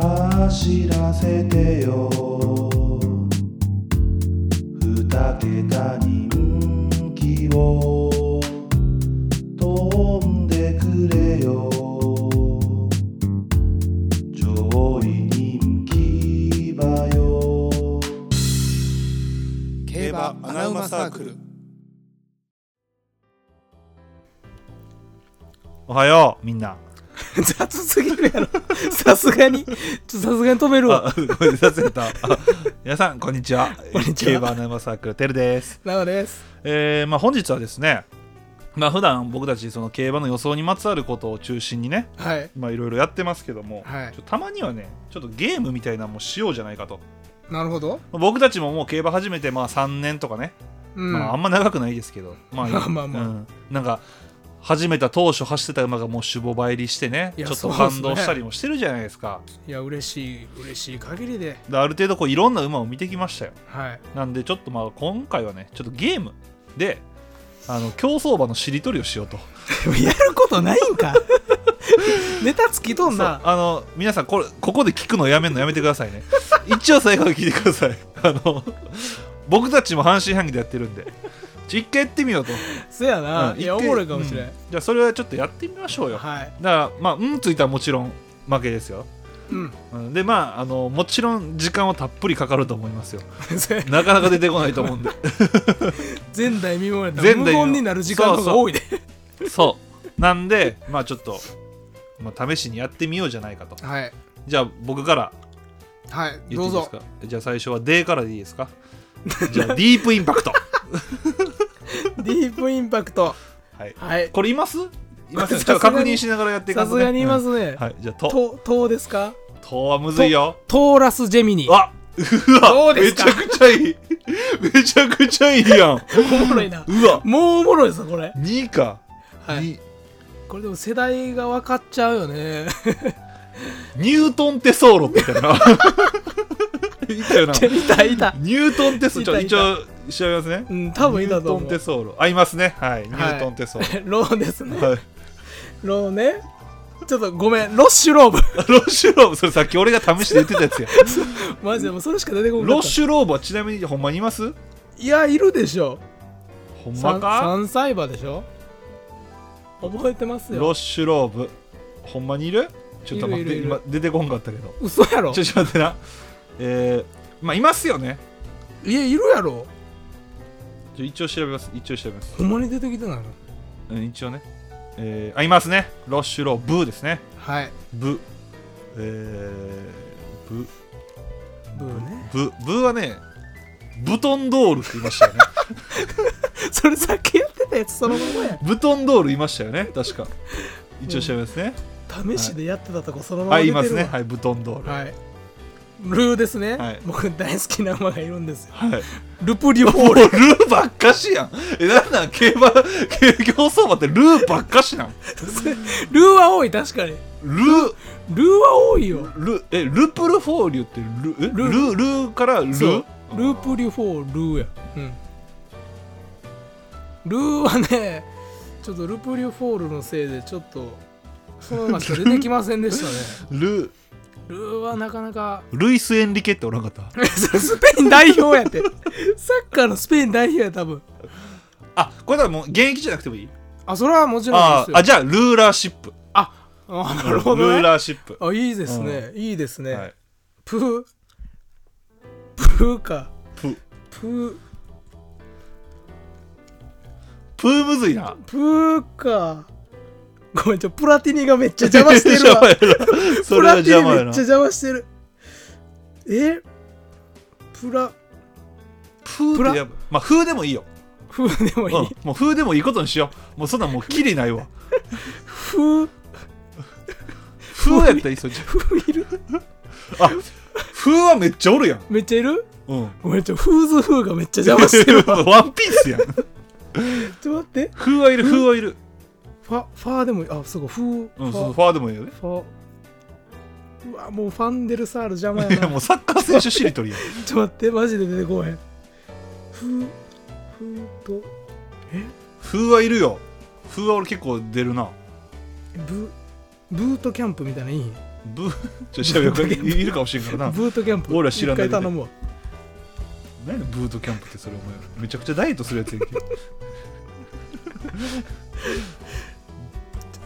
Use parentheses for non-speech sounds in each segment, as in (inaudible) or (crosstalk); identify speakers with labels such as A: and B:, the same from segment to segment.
A: 走らせてよ二桁人気を飛んでくれよ上位人気馬よ
B: 競馬アナウマサークル
C: おはようみんな
D: (laughs) 雑すぎるやろ (laughs) さすがにちょっとさすがに止めるわ
C: あごめんなさい (laughs) た皆さんこんにちは
D: こんにちは
C: 競馬の山サークルてるです
D: なおです
C: えー、まあ本日はですねまあ普段僕たちその競馬の予想にまつわることを中心にね
D: はい
C: まあいろいろやってますけども、
D: はい
C: ちょっとたまにはねちょっとゲームみたいなのもしようじゃないかと
D: なるほど、
C: 僕たちももう競馬始めてまあ3年とかね、
D: うん
C: まああんま長くないですけどまあ
D: まあまあまあ
C: うんなんか始めた当初走ってた馬がもう種母倍入りしてね
D: い
C: ち
D: や
C: ょっ
D: そ
C: と
D: うっす
C: 感
D: ね
C: 動したりもしてるじゃないですか
D: いや嬉しい嬉しい限りで
C: である程度こういろんな馬を見てきましたよ
D: はい
C: なんでちょっとまあ今回はねちょっとゲームであの競走馬のしりとりをしようと
D: (laughs) やることないんか (laughs) ネタつきとんな
C: あの皆さんこれここで聞くのやめるのやめてくださいね (laughs) 一応最後まで聞いてください (laughs) あの僕たちも半信半疑でやってるんでちょ一回やってみようと
D: そやな、
C: うん
D: い
C: 一
D: やお
C: 回
D: もろいかもしれん、
C: うんじゃあそれはちょっとやってみましょうよだか
D: はい
C: らまあうんついたらもちろん負けですよ
D: うん (laughs)
C: うんでまああのもちろん時間はたっぷりかかると思いますよ
D: そや
C: なかなか出てこないと思
D: (laughs)
C: うんで
D: 前代未聞やった
C: 前代未
D: ら
C: 聞
D: 無言になる時間の方が多いで
C: そうなんでまあちょっと、まあ、試しにやってみようじゃないかと
D: はい
C: じゃあ僕から
D: はい
C: 言
D: ど
C: っ
D: う
C: ていいです
D: ぞ
C: かじゃあ最初は D からでいい
D: (laughs)
C: ですかじゃあディープインパクト
D: ディープインパクト
C: はい
D: はい
C: これいますいます
D: さすがに
C: ちょっと確認しながらやっていか
D: さ
C: んと
D: す
C: ね
D: がにいます
C: う
D: ね
C: ん、はいじゃあと
D: ととうですか
C: とはむずいよ
D: トーラスジェミニ
C: あうわ
D: どうですか
C: めちゃくちゃいいめちゃくちゃいいやん
D: (laughs) おもろいな
C: うわ
D: もうおもろいぞこれ
C: 2か
D: はい
C: に
D: これでも世代が分かっちゃうよね
C: ニュートンテソーロみたい
D: (laughs)
C: ないたよな
D: 見たいた
C: (laughs) ニュートンテソーロ
D: い
C: 一
D: た
C: 応調べますね
D: うん多分いたと
C: ニュート
D: 思
C: ンテ
D: う
C: ソーロ合いますねはいニュートンテソー
D: ローですね
C: ロはい
D: ローねちょっとごめんロッシュローブ (laughs)
C: (laughs) ロッシュローブそれさっき俺が試して言ってたやつや
D: マジでもうそれしか出てこなかった
C: ロッシュローブはちなみにほんまにいます
D: いやいるでしょ
C: ほんま
D: 三
C: か
D: 三歳馬でしょ覚えてます
C: ロ
D: よ
C: ッシュローブほんまにいるちょっと待って
D: いるいるいる
C: 今出てこんかったけど
D: 嘘やろ
C: ちょちょっと待ってなえー、まあいますよね
D: いやいるやろ
C: ちょ一応調べます一応調べます
D: ほんまに出てきてないの
C: うん一応ねえー、あいますねロッシュローブですね
D: はい
C: ブえー、ブ
D: ブーね
C: ブブはねブトンドールって言いましたよね (laughs)
D: それさっきやってたやつそのままや
C: ブトンドールいましたよね確か一応調べますね、
D: 試しでやってたとこそのまま
C: はい
D: 出
C: い
D: てるわ
C: ますねはいブトンドール
D: はいルーですね、
C: はい
D: 僕大好きな馬がいるんですよ
C: はい
D: ルプリオ
C: も
D: ー
C: う
D: ル
C: ルーばっかしやんえなんなん競馬競競走馬ってルーばっかしなん
D: ルーは多い確かに
C: ル
D: ルーは多いよ
C: ルえルプルフォーリュってルえル
D: ル
C: ルーからル
D: そうルー
C: プ
D: プリフォールーやうんルーはねちょっとルプリフォールのせいでちょっとそのまましか出てきませんでした (laughs) ね
C: ル
D: ルーはなかな (laughs) か
C: ルイス・エンリケっておらんかった
D: スペイン代表やってサッカーのスペイン代表や多分
C: あこれだからもう現役じゃなくてもいい
D: あそれはもちろん
C: あ
D: です
C: あ
D: よ
C: じゃあルーラーシップ
D: ああなるほど、
C: ル
D: ね
C: ー、ラーシップ
D: あいいですね、いいですね、
C: はい
D: プープーか
C: プ
D: プー
C: プーむずいな
D: プーかごめんちょプラティニがめっちゃ邪魔してるわ
C: (laughs) 邪魔やなそ
D: プ
C: れは
D: ラティ
C: 邪
D: ニ
C: 魔
D: めっちゃ
C: やな
D: 邪魔してるえプラ
C: プーってやばいまあ風でもいいよ
D: フーでも
C: うん
D: いい、
C: もう風でもいいことにしようもうそんなんもうキリないわ
D: フー
C: 風やったらいいそっち
D: フーいる
C: あ風はめっちゃおるやん
D: めっちゃいる
C: (laughs) うん
D: ごめんちょフーズフーがめっちゃ邪魔して
C: (laughs)
D: るわ
C: ワンピースやん
D: ちょっと待って
C: 風はいる風はいる
D: ファファーでもいいあそうかフー、
C: うん
D: フ
C: そうそう
D: ァ
C: ファーでもいいよね
D: ファうわもうファンデルサール邪魔
C: い
D: や
C: や
D: な
C: もうサッカー選手しりとりやん
D: ちょっと待って、マジで出てこうへん。ふ、ふと、
C: 風はいるよ風は俺結構出るな
D: ブ、ブートキャンプみたいなのいい
C: ブーちょっと調べようかいるかもしれんからな
D: ブートキャンプ
C: 俺は知らない
D: 一回頼むわ
C: 何やねんブートキャンプってそれお前めちゃくちゃダイエットするやつやんけ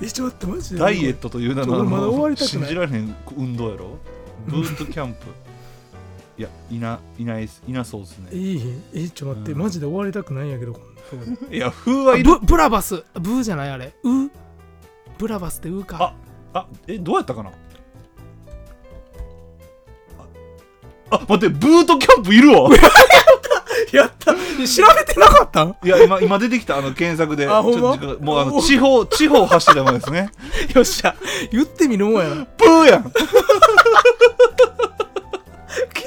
D: えちょっと待ってマジで
C: ダイエットという名の
D: ちょ
C: あ
D: 俺
C: の
D: まだ終わりたくない
C: 信じられへん運動やろブートキャンプいやいないないっすいなそうですね
D: いいえちょっと待って、
C: うん
D: マジで終わりたくないんやけどこんなとこで
C: いや風はいる
D: あブブラバスブーじゃないあれうブラバスってうか
C: あえどうやったかなああ待ってブートキャンプいるわ
D: やった調べてなかったん
C: (laughs) いや今今出てきたあの検索で
D: あほんま
C: ちょっと時間がもうあの地方地方走ってたもんです (laughs) ね
D: よっしゃ言ってみるもんやな
C: プーやん
D: き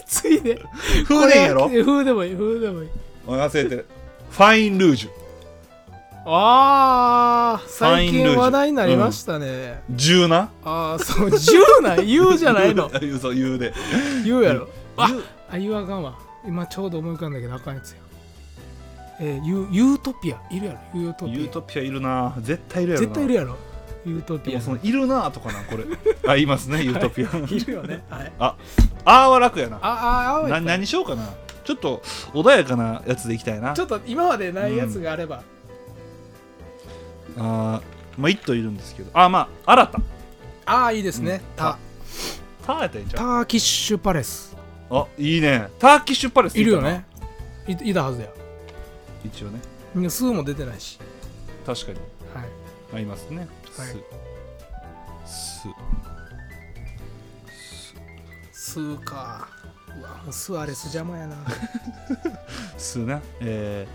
D: ついね
C: 風でんやろ
D: これ風でもいい風でもいい
C: おい忘れてるファインルージュ
D: あー最
C: ファインルー
D: 近
C: ジュ
D: 話題になりましたね、
C: 十な
D: ああそう言うな言うじゃな
C: (laughs)
D: いの
C: 言うそう言うで
D: 言うやろあ
C: 言う
D: あ言わかんわ今ちょうど思い浮かんだけどあかんやつやえー、ユユートピアいるやろユートピア
C: ユートピアいるな絶対いるやろな
D: 絶対いるやろユート
C: で
D: ピア
C: もそのいるなとかなこ (laughs) れあ言いますねユートピア、
D: いるよ (laughs) ねはい
C: あーは楽やな
D: あああ
C: な何しようかなちょっと穏やかなやつでいきたいな
D: ちょっと今までないやつがあれば、
C: あーまあ一頭いるんですけどあーまあ新た
D: ああいいですね、
C: うん
D: タ
C: ターやったらいいんち
D: タ
C: ゃう
D: ーキッシュパレス
C: あいいねターキッシュパレス
D: いるよ
C: たな
D: ねいいたはずや
C: 一応ね
D: みんな数も出てないし
C: 確かに
D: はい
C: ありますね
D: はい
C: すす
D: 数かうわもうスアレス邪魔
C: (laughs)
D: やな
C: すなえ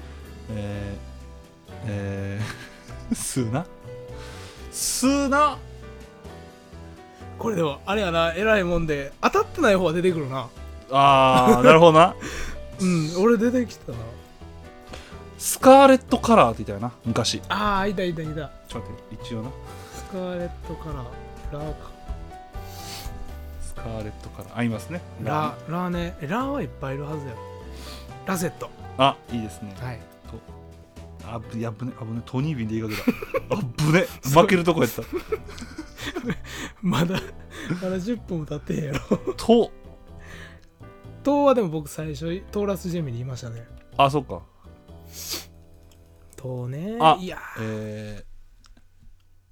C: ー、えー、えー、 (laughs) すなすな
D: これでもあれやなえらいもんで当たってない方は出てくるな
C: あ (laughs) ーなるほどな
D: うん俺出てきたな
C: スカーレットカラーって言ったよな昔
D: ああいたいたいた
C: ちょっと待って一応な
D: スカーレットカラーラーか
C: スカーレットカラー合いますね
D: ララーねえラーはいっぱいいるはずやラセット
C: あいいですね
D: はい
C: あぶやぶねあぶねトニービンでいいかけだあぶね負けるとこやった
D: まだ (laughs) まだ10分も経ってへんやろ
C: と
D: 東はでも僕最初トーラスジェミに言いましたね
C: あそっか
D: 東ね
C: あ
D: いや
C: え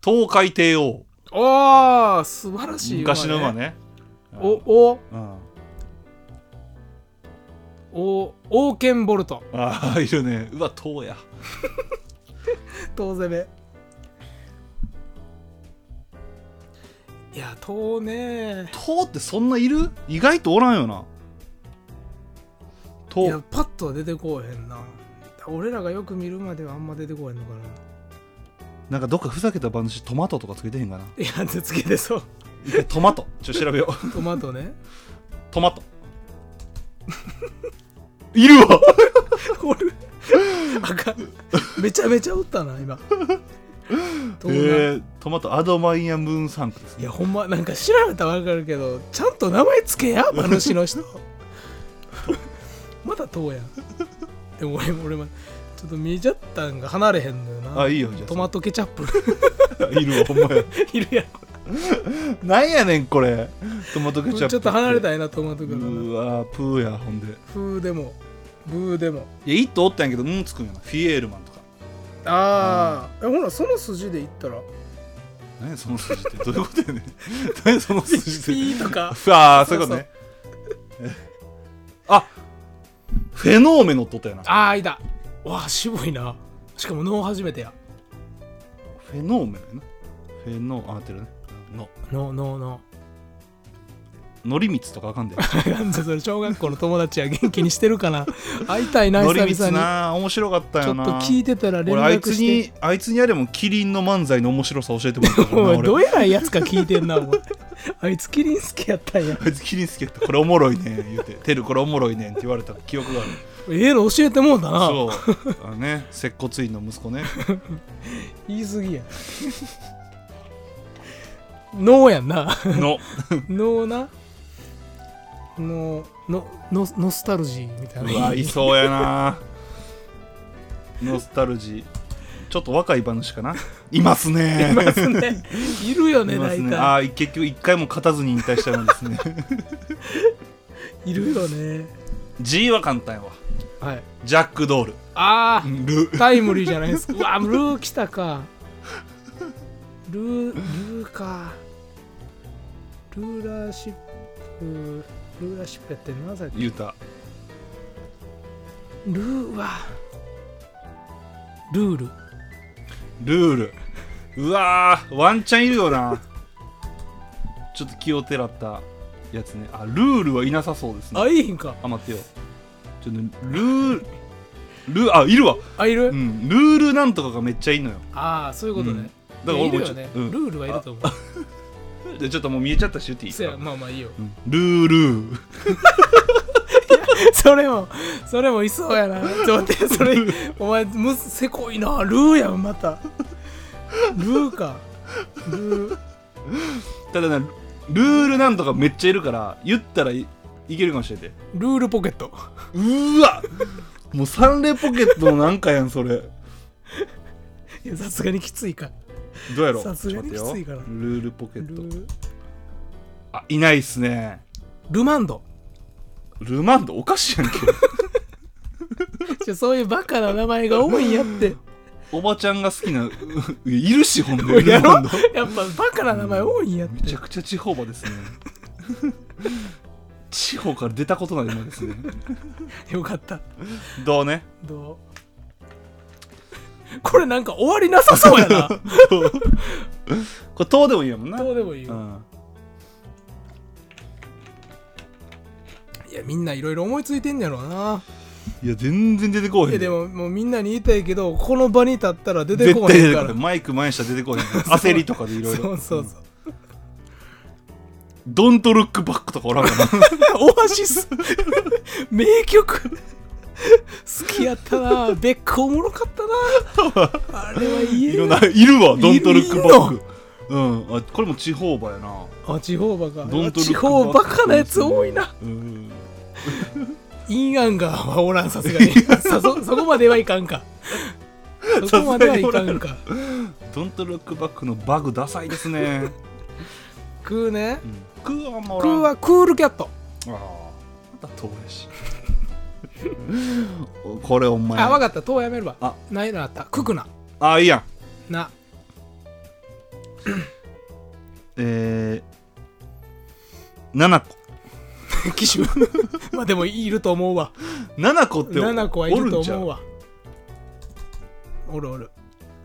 C: ー、東海帝王
D: おお素晴らしい馬
C: 昔の馬ね
D: おお
C: うん
D: お王権ボルト
C: ああいるねうわ東や
D: 東攻めいや東ね
C: 東ってそんないる意外とおらんよない東
D: やパッとは出てこうへんな俺らがよく見るまではあんま出てこうへんのかな
C: なんかどっかふざけた番主トマトとかつけてへんかない
D: や手つけてそう
C: 一回トマトちょっと調べよう (laughs)
D: トマトね
C: トマト (laughs) いるわ
D: (laughs) 俺あかんめちゃめちゃおったな今東
C: え
D: 南
C: ー、トマトアドマイヤムーンサンクです
D: い
C: ね
D: やほんまなんか調べたらわかるけどちゃんと名前つけや馬主の人 (laughs) まだ遠やんでも俺も俺もちょっと見ちゃったんが離れへんのよな
C: あいいよじゃあ
D: トマトケチャップ
C: (laughs) いるわほんまや
D: (laughs) いるやん
C: なんやねんこれトマトケチャップ
D: (laughs) ちょっと離れた
C: い
D: いなトマト
C: う
D: ケチャップ
C: ーわープーやほんで
D: 風でもブーでも
C: いや一頭おったんやけどうんつくんやなフィエールマンとか
D: ああ、えほらその筋で言ったら
C: 何やその筋ってどういうことや (laughs) ねん何やその筋って
D: いい
C: (laughs)
D: とか
C: ふわーそういうことねあフェノーメノっておったよな
D: ああいたわあ渋いなしかも脳初めてや
C: フェノーメノやなフェノーあ合ってるねの
D: 脳脳脳 (laughs)
C: のりみつとかあ (laughs) かんで
D: なんでそれ小学校の友達や元気にしてるかな (laughs) 会いたいな
C: の
D: 久
C: り
D: 々に
C: み
D: ち
C: つ
D: ょっ
C: な面白かった
D: と
C: よな
D: 聞いてたら連
C: 俺あい
D: 絡
C: つ
D: して
C: にあいつにあれもキリンの漫才の面白さ教えてもらったか
D: お
C: らな
D: 前ど
C: 俺
D: うやらいやつか聞いてんなお前 (laughs) あいつキリン好きやったんや
C: あいつキリン好きやったこれおもろいねん言うて「てるこれおもろいねん」って言われた記憶がある
D: ええの教えてもうたな
C: そうあのね接骨院の息
D: (laughs)
C: 子ね
D: 言い過ぎや (laughs) 脳やんな (laughs)
C: の
D: 脳な脳ののノスタルジーみたいうな
C: わいそうやなノスタルジーちょっと若い馬主かないますね
D: いますね。いるよね、
C: いま
D: 大
C: すねあ
D: 体。
C: あ結局一回も勝たずに引退したのですね
D: (laughs) いるよね。
C: G は簡単やわ
D: はい。
C: ジャック・ドール
D: あ
C: ル
D: あ、タイムリーじゃない (laughs) ですか。うわ、ルー来たか。ルー、ルーか。ルーラーシップ、ルーラーシップやってんな、さっき。
C: 言うた
D: ルーは、ルール。
C: ルールうわーワンチャンいるよなちょっと気をてらったやつねあルールはいなさそうですね
D: あ、いいんか。
C: あ待ってよちょっとルールあいるわ
D: あ、いる、
C: うんルールなんとかがめっちゃいいのよ
D: ああ、そういうことね。
C: だから
D: いやい
C: 俺
D: る
C: もちょっ
D: よね、
C: と、うん
D: ルールはいると思う。
C: でちょっともう見えちゃったし言っていい
D: そや、まあまあいいよ。
C: うんルールー
D: (laughs) それも、それもいそうやな。ちょっと
C: (laughs)
D: 待って、それ、お前、むせこいな。ルーやん、また。ルーか。ルー。
C: ただなルールなんとかめっちゃいるから言ったらいいけるかもしれんて
D: ルールポケット。
C: うーわもうサンレポケットのなんかやんそれ
D: いや、さすがにきついか。
C: どうやろ
D: さすがに
C: ちょっと待
D: きつい
C: って
D: か
C: よ
D: ら
C: ルールポケ
D: ル
C: ット
D: ー。
C: あいないっすね
D: ルマンド。
C: ルマンドおかしいや
D: (laughs)
C: んけ
D: ちょそういうバカな名前が多いんやって。
C: おばちゃんが好きなういるしほんで
D: (laughs) や
C: ル
D: ろ
C: マンド
D: やっぱバカな名前多いんやっ
C: めち
D: て
C: ゃ。くちゃ地方場ですね地方から出たことない馬ですね
D: よかった。
C: どうね
D: どうこれなんか終わりなさそうやな。
C: (laughs) これどうでもいいやもんな
D: どうでもいいよ。
C: うん
D: いやみんないろいろ思いついてんやろうな。
C: いや全然出てこうへん
D: いやでももうみんなに言いたいけどこの場に立ったら出て
C: 絶
D: こ
C: 対
D: な
C: 出
D: い
C: て
D: か
C: こ
D: ら
C: ない。マイク前にしたら出てこ
D: (laughs)
C: ない焦りとかでいろいろ
D: そうそうそう。
C: ドントルックバックとかおらんかな
D: (laughs) オアシス (laughs) 名曲好きやったな。ベックおもろかったな。あれは言え
C: いろん (laughs)
D: な。
C: ないるわドントルックバッ
D: い
C: クうんあこれも地方場やな
D: あ、地方バ
C: ド
D: カ。
C: ントルック
D: 地方バカなやつ多いな。
C: うん
D: インアンガーはおらん、さすがに。さそそこまではいかん
C: (laughs)
D: か。そこまではいかんか。
C: ドントルックバックのバグダサいですね
D: (laughs) クーね
C: う。んクーはあんまお
D: ク
C: ら
D: ー
C: ん
D: はクールキャット。
C: ああまた遠いし (laughs) これお前
D: あ、わかった。とうやめるわ。
C: あ
D: ないのあった。ククナ。
C: あいいやん
D: な。
C: えー、7個
D: 機種 (laughs) まあでもいると思うわ
C: 7個って
D: 7個はいると
C: おんちゃ
D: 思うわおるおる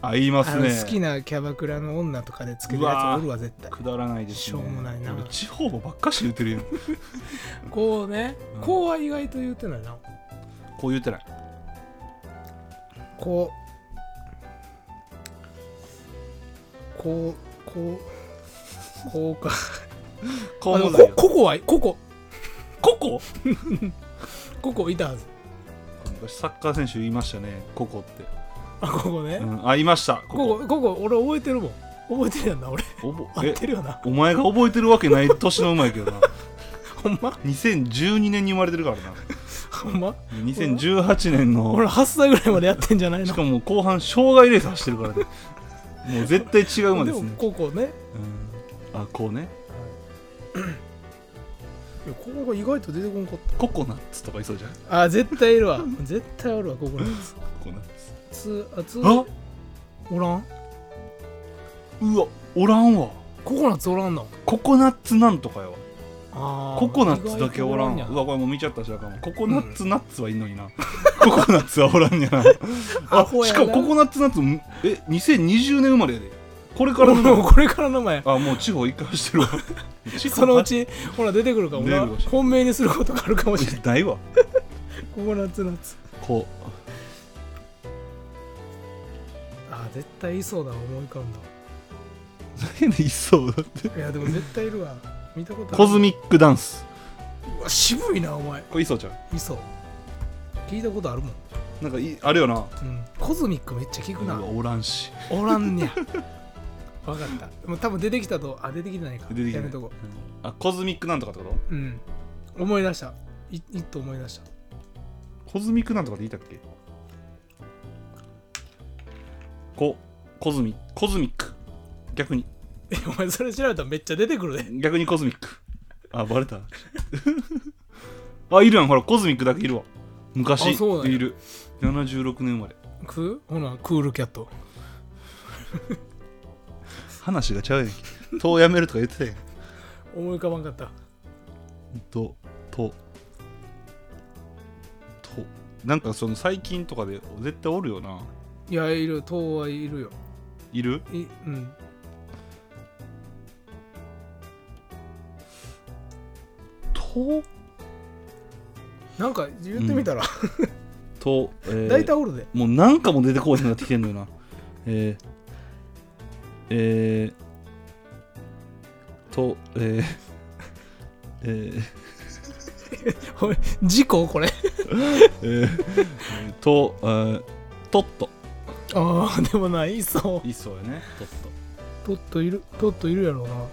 C: あ言いま
D: あ
C: す
D: の
C: ね
D: 好きなキャバクラの女とかでつけるやつおるわ絶対
C: くだらないです、ね、
D: しょうもないな
C: 俺地方ばっかし言ってるよ
D: こうね
C: うん
D: こうは意外と言うてないな
C: こう言ってない
D: こうこうこうこうか
C: こう
D: あで
C: も
D: も
C: ない
D: こ
C: よ
D: ここはここ
C: ここ
D: (laughs) ここいたはず
C: 昔サッカー選手言いましたねここって、
D: あここね
C: うん、あいました
D: こ
C: こ
D: こここ俺覚えてるもん覚えてるやんな俺
C: こおぼ
D: 合っ
C: え
D: てるよな
C: お前が覚えてるわけない年のうまいけどな
D: ほんま
C: 2012年に生まれてるからな
D: ほんま
C: 2018年
D: 俺
C: の
D: 8歳ぐらいまでやってんじゃない
C: し
D: の
C: かも後半障害レース走ってるからねもう絶対違う馬で
D: ですも
C: ね、
D: ここね
C: うん、あこうね
D: いやここが意外と出てこんかっ
C: ココナッツとかいそうじゃんコ
D: たあ絶対いるわ絶対おるわここのや
C: コナッツ
D: つつあつ
C: あ
D: おらん
C: うわおらんわ
D: ココナッツおらんの
C: ココナッツなんとかやわ
D: あー
C: ココナッツだけおらん
D: 意外と
C: う
D: おや
C: わこれもう見ちゃったしあかんわココナッツナッツはいいのにな、コ (laughs) コナッツはおらんやな
D: ア
C: あ
D: ホや
C: し
D: な
C: かもココナッツナッツむえ2020年生まれやでこれから
D: 俺も
C: の
D: これからの前
C: あもう地方一回走ってるわ地方
D: (laughs) そのうちほら出てくるかも
C: 出て
D: な
C: くるかもしれん
D: 本命にすることがあるかもしれない
C: ないわ
D: ココナッツナッツ
C: こ
D: あー絶対いそうだわ思い浮かんだ
C: う何でいそうだって
D: わいやでも絶対いるわ見たことある
C: コズミックダンス
D: うわ渋いなお前
C: これいそうじゃん
D: いそう聞いたことあるもん、
C: なんかいあれよな
D: うん、コズミックめっちゃ聞くな
C: うわおらんし
D: おらんねや。 (laughs) わかった。もう多分出てきたと、あ、出てきてないか。
C: 出てきて
D: や
C: な
D: め
C: い
D: とこ
C: あコズミックなんとかってこと
D: う。うん。思い出した。いいっと思い出した。 (laughs)
C: コズミックなんとかでいたっけココズミコズミック逆に
D: えお前それ調べたらめっちゃ出てくるで
C: 逆にコズミックあバレた (laughs) あいるやんほらコズミックだけいるわ昔
D: あそうなんや
C: いる76年生まれ
D: クほなクールキャット
C: 話がちゃうやんけ党やめるとか言ってたやん
D: 思い浮かばんかった
C: とととなんかその最近とかで絶対おるよない
D: やいる党はいるよ
C: いる
D: いうん
C: と
D: なんか言ってみたら、
C: と、えー
D: 大体おるで
C: もうなんかも出てこうへんなってきてんのよなえー、えー、とえー、 (laughs) えー、
D: おい事故これ
C: えー、えーと、えー、とっと
D: (laughs) ああでもないそ
C: いそうやねとっ
D: うトットいるトットいるやろうな
C: と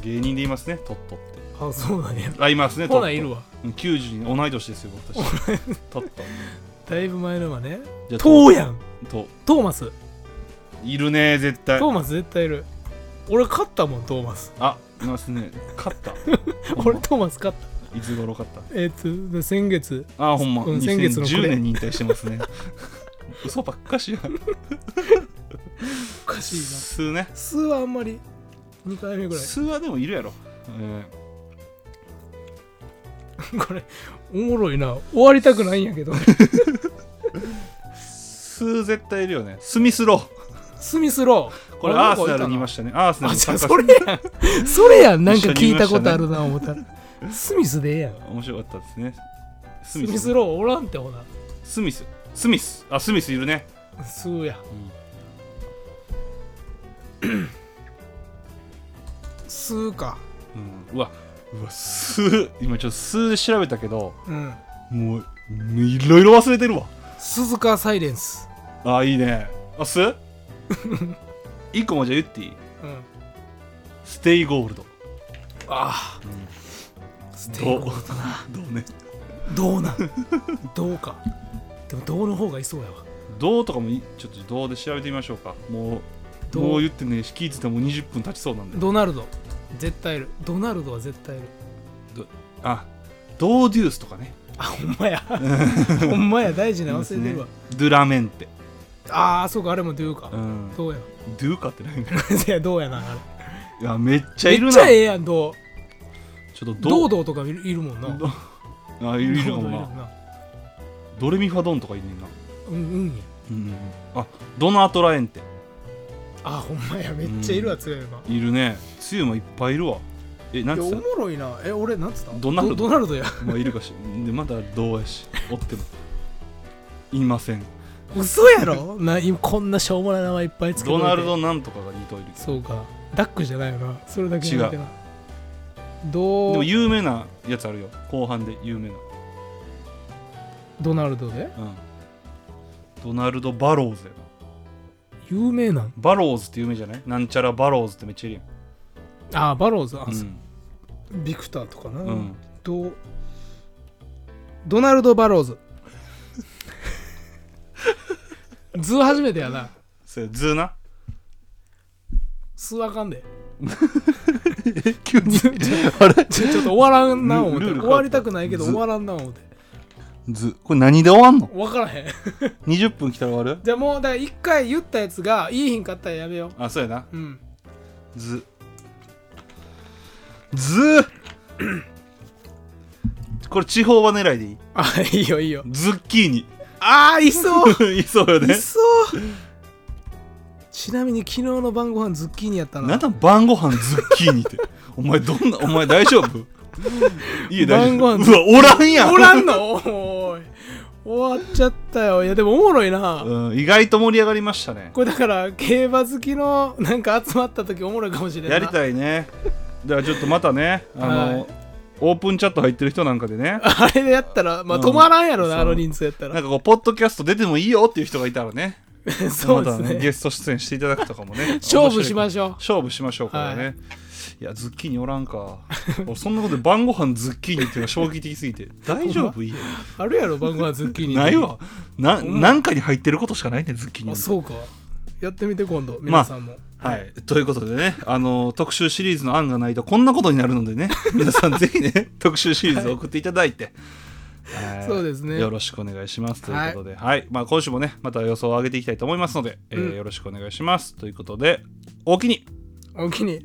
C: 芸人で言いますねとっとって
D: あそうなんや
C: あいますね
D: ほ
C: トッ
D: な
C: ト
D: いるわ
C: うん90に同い年ですよ
D: (laughs)
C: 私とっと
D: だいぶ前のはね
C: じゃあ
D: トウやん
C: と
D: トーマス
C: いるね絶対
D: トーマス絶対いる俺勝ったもんトーマス
C: あいますね勝
D: (laughs)
C: ったほん
D: 俺
C: ま
D: トーマス勝った
C: いつ頃勝った
D: えっ、とで先月
C: あほんま、
D: うん先月の暮
C: 2010
D: れ
C: 年に引退してますね (laughs) 嘘ばっかしや
D: おかしいな
C: 数ね
D: 数はあんまり2回目ぐら
C: 数はでもいるやろ、え
D: い (laughs) これおもろいな終わりたくないんやけど
C: ー、数絶対いるよねスミスロー
D: スミスロー
C: これアーセナルにいましたねアーセナ
D: あ
C: ル
D: じゃ
C: 参
D: あ
C: 加
D: それやんそれやんなんか
C: 一緒に
D: 聞
C: い
D: い
C: ましたね
D: たことあるな思ったらスミスでええやん
C: 面白かったですねス
D: ス
C: ミス
D: ミスローおらんってほな
C: スミススミスあスミスいるね、
D: スーやスーか
C: うんうわうわ数今ちょっと数で調べたけど
D: うん
C: もういろいろ忘れてるわ
D: 鈴鹿サイレンス
C: あいいねあす
D: (laughs)
C: 一個もじゃあ言っていい
D: うん
C: ステイゴールド
D: ああステイゴールドな
C: どうね
D: どうなんどうかでもどうの方がいそうやわ
C: どうとかもいちょっとどうで調べてみましょうかもう
D: どう
C: どう言ってね聞いてても20分経ちそうなんで
D: ドナルド絶対いるドナルドは絶対いる
C: あドーデュースとかね
D: あほんまやほんまや大事な忘れてるわ、
C: ドゥラメンテ、
D: ああそうかあれもどうか、
C: うん、
D: どうや
C: ドゥーカってないね
D: (laughs) いやどうやなあれ
C: いやめっちゃい
D: め
C: る
D: っ
C: な
D: ちゃええやんどう
C: ちょっと
D: ド
C: ド
D: ードーとかいるいるもんな
C: どあいるいるかも
D: ドードーい
C: なドレミファドンとかいるねんな
D: うんうんや
C: うんあドナートラエンテ
D: あほんまやめっちゃいるわ強いない
C: るねつゆもいっぱいいるわえなん
D: い
C: て
D: や
C: 言
D: おも
C: っ
D: ろいなえ俺なんつった
C: ドナルド
D: ドナルドや
C: たまあいるかしでまだどうやしおってもいません
D: 嘘やろ (laughs) な今こんなしょうもない名前いっ (laughs) ぱいつけとい
C: ド
D: て
C: ナルドなんとかが似といる
D: そうかダックじゃないよなそれだけなんだけどなド
C: でも有名なやつあるよ後半で有名な、
D: ドナルドで
C: うん、ドナルド・バローズやな
D: 有名なん
C: バローズって有名じゃないなんちゃらバローズってめっちゃいる
D: あバローズあ、
C: やん
D: そうビクターとかな、
C: うん、うん、
D: ドドナルド・バローズ (laughs) 図初めてやな
C: それズーな
D: 数あかんで
C: 急に (laughs) あれ
D: ちょちょっと終わらんな思って
C: ルール変わった
D: 終わりたくないけど
C: 図
D: 終わらんな思って
C: ズこれ何で終わんの
D: 分からへん (laughs)
C: 20分来たら終わる
D: じゃあもうだから一回言ったやつがいいひんかったらやめよ
C: あそうやな
D: ううん
C: ズズこれ地方は狙いでいい
D: あいいよいいよ
C: ズッキーニ (laughs)
D: ああいそう (laughs)
C: いそうよ
D: い
C: ね
D: そうちなみに昨日の晩ご飯ズッキーニやったな
C: なんだ晩ご飯ズッキーニって (laughs) お前どんなお前大丈
D: (laughs)
C: 夫いい大丈夫
D: 晩ご飯
C: うわおらんやん
D: おらんのおーい終わっちゃったよいやでもおもろいな、
C: うん、意外と盛り上がりましたね
D: これだから競馬好きのなんか集まった時おもろいかもしれんな
C: やり
D: い
C: たいねじゃあちょっとまたねあの、
D: はい
C: オープンチャット入ってる人なんかでね
D: あれでやったらまあ
C: うん
D: 止まらんやろな、
C: そう
D: あの人数やった
C: なん
D: ら
C: かこうポッドキャスト出てもいいよっていう人がいたらね
D: そうで
C: ますた
D: ね
C: ゲスト出演していただくとかもね
D: (laughs) 勝負しましょう
C: 勝負しましょうこれはね、、
D: はい
C: やズッキーニおらんか (laughs) 俺そんなことで晩ご飯ズッキーニっていうのは衝撃的すぎて大丈
D: (laughs)
C: 夫いいよ
D: あるやろ晩ご飯ズッキーニ
C: ないわな
D: ほんま
C: なんかに入ってることしかないねズッキーニ
D: あ
C: なんて
D: そうかやってみて今度皆さんも、
C: はい、ということでね、あの特集シリーズの案がないとこんなことになるのでね、 (laughs) 皆さんぜひね、特集シリーズを送っていただいて、はい
D: そうですね
C: よろしくお願いしますということで、はい、まあ今週もね、また予想を上げていきたいと思いますので、えー
D: うん
C: よろしくお願いしますということで、おおきに。
D: お気に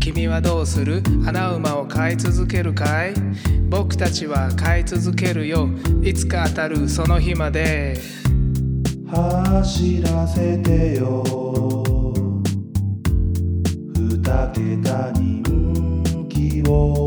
D: 君はどうする穴馬を飼い続けるかい僕たちは飼い続けるよいつか当たるその日まで
A: 走らせてよ二桁人気を